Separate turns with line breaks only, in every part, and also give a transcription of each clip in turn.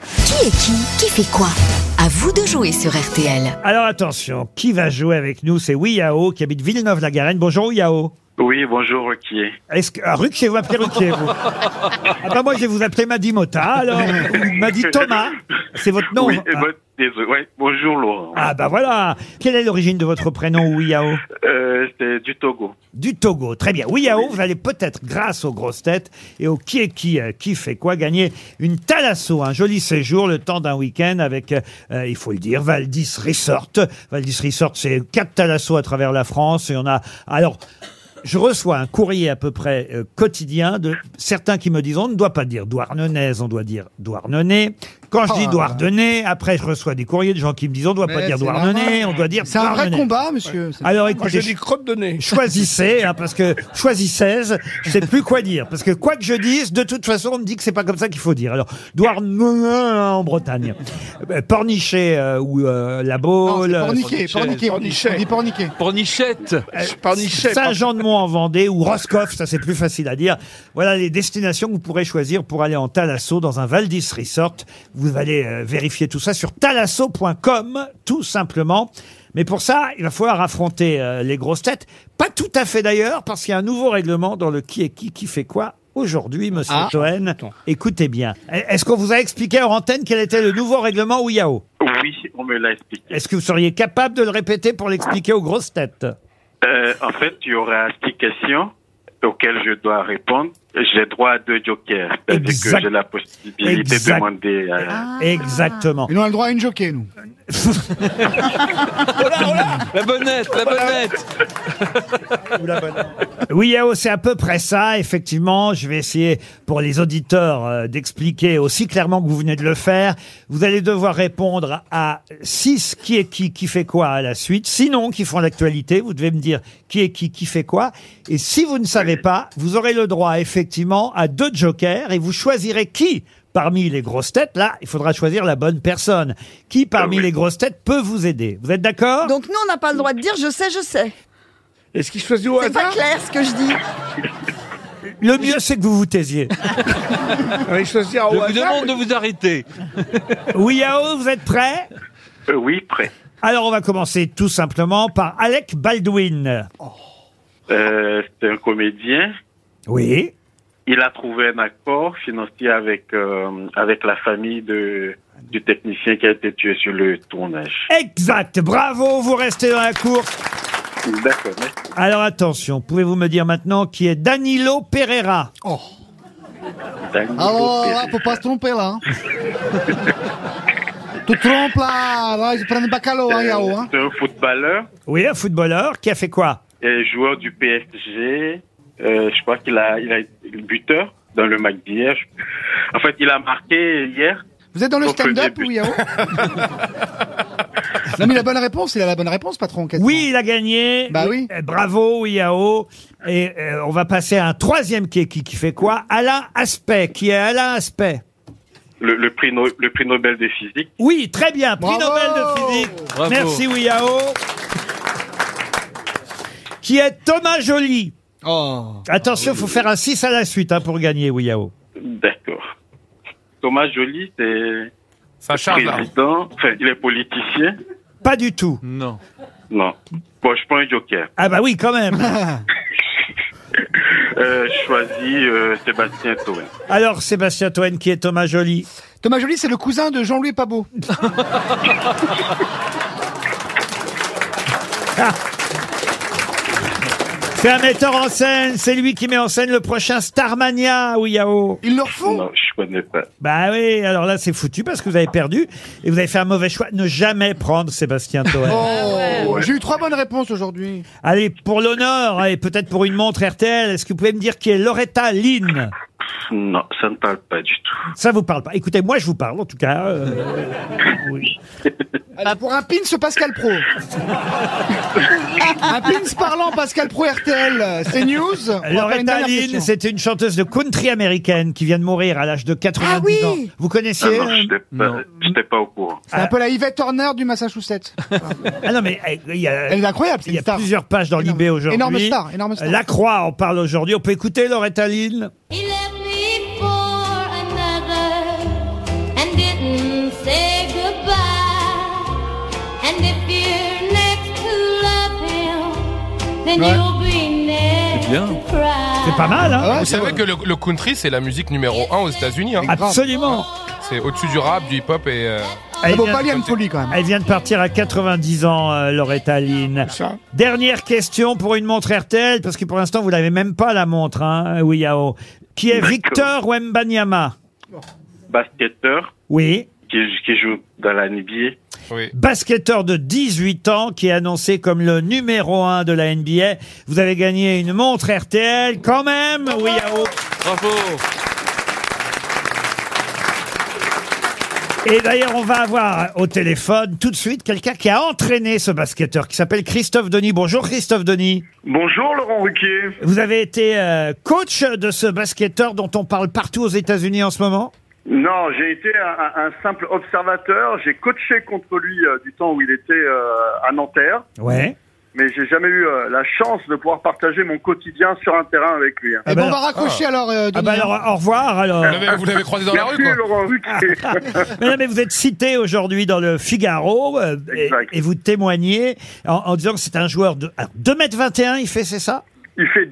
Qui est qui Qui fait quoi À vous de jouer sur RTL.
Alors attention, qui va jouer avec nous C'est Yao qui habite Villeneuve-la-Garenne. Bonjour Yao.
Oui, bonjour Ruquier.
Est-ce que ah, Ruquier, vous appelez Ruquier vous Ah bah moi je vais vous appeler Madi Mota. Alors ou Madi Thomas, c'est votre nom
oui, eh
hein
ben, désolé. Ouais, bonjour Laurent.
Ah bah voilà. Quelle est l'origine de votre prénom Yao
Euh, c'est du Togo.
Du Togo. Très bien. Yao, vous allez peut-être grâce aux grosses têtes et au qui est qui euh, qui fait quoi gagner une thalasso, un joli séjour le temps d'un week-end avec euh, il faut le dire Valdis Resort. Valdis Resort c'est quatre thalassos à travers la France et on a alors je reçois un courrier à peu près euh, quotidien de certains qui me disent on ne doit pas dire Douarnenez, on doit dire Douarnenez. Quand je dis Douarnenez, après je reçois des courriers de gens qui me disent on ne doit pas
Ah. Mais
dire
c'est
Douarnenez,
normal.
on doit dire
C'est un vrai
Douarnenez.
combat, monsieur. C'est-
Alors
Moi, je
écoutez,
dis crotte de nez.
choisissez, hein, parce que choisissez, je sais plus quoi dire. Parce que quoi que je dise, de toute façon, on me dit que c'est pas comme ça qu'il faut dire. Alors, Douarnenez hein, en Bretagne. Euh, Pornichet euh, ou euh, La
Oh
Non,
Baule.
c'est Porniquet,
Pornichet,
porniquet, on dit- on dit porniquet.
Pornichette. Pornichette.
Saint-Jean-de-Mont en Vendée ou Roscoff, ça c'est plus facile à dire. Voilà les destinations que vous pourrez choisir pour aller en Thalasso dans un Valdis Resort. Vous allez euh, vérifier tout ça sur thalasso.com tout simplement. Mais pour ça, il va falloir affronter euh, les grosses têtes. Pas tout à fait d'ailleurs, parce qu'il y a un nouveau règlement dans le qui est qui, qui fait quoi. Aujourd'hui, monsieur
Ah.
Toen, écoutez bien. E-, Est-ce qu'on vous a expliqué en antenne quel était le nouveau règlement Ouyao
Oui, on me l'a expliqué.
Est-ce que vous seriez capable de le répéter pour l'expliquer aux grosses têtes
Euh, en fait, il y aura six questions auxquelles je dois répondre. J'ai droit à deux jokers. C'est-à-dire
Exact.
que j'ai la possibilité
Exact.
de demander à...
Exactement.
Et nous, on a le droit à une jockey, nous.
La bonnette, la bonnette.
Oui, Yao, c'est à peu près ça, effectivement. Je vais essayer pour les auditeurs euh, d'expliquer aussi clairement que vous venez de le faire. Vous allez devoir répondre à 6 qui est qui, qui fait quoi à la suite. Sinon, qui font l'actualité, vous devez me dire qui est qui, qui fait quoi. Et si vous ne savez pas, vous aurez le droit, effectivement, à deux jokers et vous choisirez qui parmi les grosses têtes. Là, il faudra choisir la bonne personne. Qui parmi les grosses têtes peut vous aider Vous êtes d'accord
Donc nous, on n'a pas le droit de dire je sais, je sais.
Est-ce qu'il choisit au
C'est pas
hasard
clair ce que je dis.
Le mieux, c'est que vous vous taisiez.
Il choisit au
Je vous
hasard
demande de vous arrêter.
Oui, Yao, vous êtes prêts
Euh, oui, prêt.
Alors, on va commencer tout simplement par Alec Baldwin.
Euh, c'est un comédien.
Oui.
Il a trouvé un accord financier avec, euh, avec la famille de, du technicien qui a été tué sur le tournage.
Exact. Bravo, vous restez dans la course.
D'accord, merci.
Alors, attention, pouvez-vous me dire maintenant qui est Danilo Pereira
Oh.
Danilo
Alors, là,
Pérez.
faut pas se tromper, là. hein. tu te trompes, là. Là, ils prennent le bacalo, hein, Yao. Hein.
C'est un footballeur.
Oui, un footballeur qui a fait quoi
Et joueur du PSG. euh, je crois qu'il a, il a été buteur dans le match d'hier. Je- En fait, il a marqué hier.
Vous êtes dans le
Faut que
stand-up
le
ou Yao Non, mais la bonne réponse, il a la bonne réponse, patron. quasiment.
Oui, il a gagné.
Bah oui.
Eh, Bravo, Yao. Et euh, on va passer à un troisième qui, est qui, qui fait quoi Alain Aspect. Qui est Alain Aspect
Le, le prix No- le prix Nobel de physique.
Oui, très bien. Prix
Bravo
Nobel de physique.
Bravo.
Merci, Yao. Qui est Thomas Joly
Oh.
Attention, faut faire un 6 à la suite hein, pour gagner, Yao.
D'accord. Thomas Joly, c'est
Ça
Ah,
charge
bah.
là.
président. Enfin, il est politicien.
Pas du tout.
Non.
Non. Bon, je prends un joker.
Ah bah oui, quand même.
Euh, je choisis euh, Sébastien Touré.
Alors, Sébastien Toen, qui est Thomas Joly
Thomas Joly, c'est le cousin de Jean-Louis Pabot.
C'est un metteur en scène, c'est lui qui met en scène le prochain Starmania, Yao.
Ils le refont.
Non, je connais pas.
Bah oui, alors là, c'est foutu parce que vous avez perdu et vous avez fait un mauvais choix. Ne jamais prendre Sébastien Toen.
Ah
Oh. J'ai eu trois bonnes réponses aujourd'hui.
Allez, pour l'honneur et peut-être pour une montre RTL, est-ce que vous pouvez me dire qui est Loretta Lynn
Non, ça ne parle pas du tout.
Ça vous parle pas. Écoutez, moi, je vous parle, en tout cas. euh, oui.
Allez, Bah, pour un pins Pascal Pro. un pins parlant Pascal Pro RTL. C'est news. On va faire une
Loretta
dernière
Lynn,
question.
c'était une chanteuse de country américaine qui vient de mourir à l'âge de 90
Ah oui
ans. Vous
Ah
connaissiez
non,
euh,
je n'étais pas, j'étais pas au courant.
C'est un peu la Yvette Horner du Massachusetts.
Ah non, mais euh, il y a,
Elle est incroyable, c'est
il y
une
a
star.
plusieurs pages dans
Énorme-
l'IB aujourd'hui.
énorme star, énorme star.
La Croix en parle aujourd'hui. On peut écouter Loretta Lynn
He left me for another and didn't
Bien.
C'est pas mal, hein
Ah Ouais,
Vous savez que le, le country, c'est la musique numéro 1 aux États-Unis. hein.
Absolument.
C'est au-dessus du rap, du hip-hop et. euh,
Elle
Ça vaut
vient-
pas Liane Folie quand même.
Elle vient de partir à 90 ans, euh, Loretta
Ah,
Lynn.
Ça.
Dernière question pour une montre RTL, parce que pour l'instant, vous l'avez même pas, la montre, hein, Yao. Qui est
D'accord.
Victor Wembanyama
Basketteur
Oui.
qui, qui joue dans la NBA.
Euh,
oui.
Basketteur de 18 ans qui est annoncé comme le numéro 1 de la NBA. Vous avez gagné une montre RTL quand même, Yao.
Bravo.
Et d'ailleurs, on va avoir au téléphone tout de suite quelqu'un qui a entraîné ce basketteur qui s'appelle Christophe Denis. Bonjour Christophe Denis.
Bonjour Laurent Ruquier.
Vous avez été euh, coach de ce basketteur dont on parle partout aux États-Unis en ce moment
Non, j'ai été un, un- un simple observateur. J'ai coaché contre lui euh, du temps où il était euh, à Nanterre,
Ouais.
mais j'ai jamais eu euh, la chance de pouvoir partager mon quotidien sur un terrain avec lui. hein.
Ah
Eh
bah
ben, on va
alors-
raccrocher alors. euh,
Ah
Denis.
bah alors au revoir alors.
Vous l'avez- Vous l'avez croisé dans la rue,
Merci
quoi.
Laurent Ruquier.
Mais, non, mais vous êtes cité aujourd'hui dans le Figaro euh, et,
Exact.
et vous témoignez en, en disant que c'est un joueur de alors, 2m21, il fait c'est ça
il fait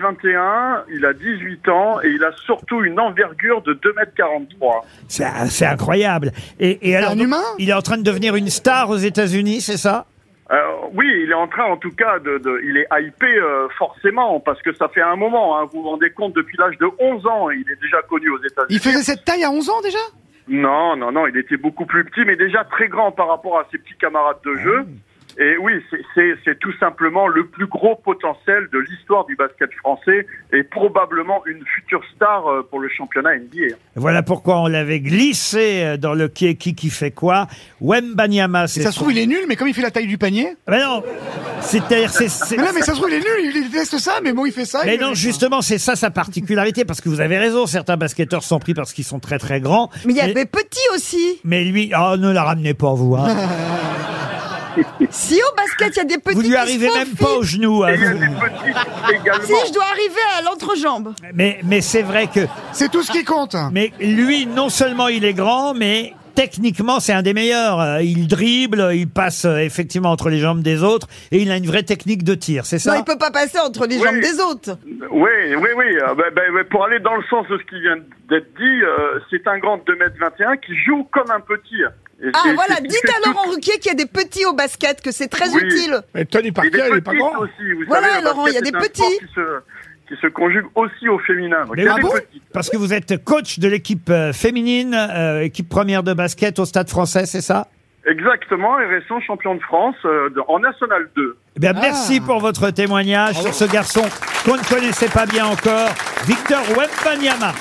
2m21, il a 18 ans et il a surtout une envergure de 2m43.
C'est ah, c'est incroyable. Et, et alors
un
donc,
humain
il est en train de devenir une star aux États-Unis, c'est ça
Euh, oui, il est en train, en tout cas, de, de- il est hypé euh, forcément parce que ça fait un moment. hein, vous vous rendez compte, depuis l'âge de 11 ans, il est déjà connu aux États-Unis.
Il faisait cette taille à 11 ans déjà
Non, non, non, il était beaucoup plus petit, mais déjà très grand par rapport à ses petits camarades de jeu. Et oui, c'est- c'est c'est tout simplement le plus gros potentiel de l'histoire du basket français et probablement une future star euh, pour le championnat NBA.
Voilà pourquoi on l'avait glissé euh, dans le qui est qui qui fait quoi. Wembanyama,
Et
c'est
ça se trouve il est nul, mais comme il fait la taille du panier.
Mais non, c'est-à-dire c'est- c'est-
Mais non, mais ça se trouve il est nul, il déteste ça, mais bon il fait ça.
Mais
il-
non, justement, c'est ça sa particularité, parce que vous avez raison, certains basketteurs sont pris parce qu'ils sont très très grands.
Mais il y avait petit aussi.
mais lui, oh, ne la ramenez pas vous. hein.
Si au basket, il y a des petits.
vous
qui
lui
se
arrivez même
faufilent.
pas aux genoux. hein,
Et il y a
vous.
des petits
Si,
également.
je dois arriver à l'entrejambe.
Mais mais c'est vrai que
C'est tout ce qui compte.
mais lui, non seulement il est grand, mais Techniquement, c'est un des meilleurs. Euh, Il dribble, il passe euh, effectivement entre les jambes des autres et il a une vraie technique de tir, c'est ça
Non, il peut pas passer entre les
Oui.
jambes des autres.
Oui, oui, oui. euh, ben, ben, ben, pour aller dans le sens de ce qui vient d'être dit, euh, c'est un grand de 2m21 qui joue comme un petit. Et
Ah,
c'est-
voilà,
c'est-
dites
c'est
à
tout-
Laurent Ruquier qu'il y a des petits au basket, que c'est très
Oui.
utile.
Mais Tony
Et des
Parker, Ah, il est pas
petites
grand.
aussi, vous
Voilà,
savez, le
Laurent, il y a
basket,
des
c'est un sport
petits.
Qui se, qui se conjugue aussi au féminin. Donc, il y
Mais
a
ah
des
bon
petites.
Parce que vous êtes coach de l'équipe euh, féminine, euh, équipe première de basket au Stade français, c'est ça
Exactement, et récent champion de France euh, de- en National 2.
Eh bien,
Ah.
Merci pour votre témoignage sur ce garçon qu'on ne connaissait pas bien encore, Victor Wembanyama.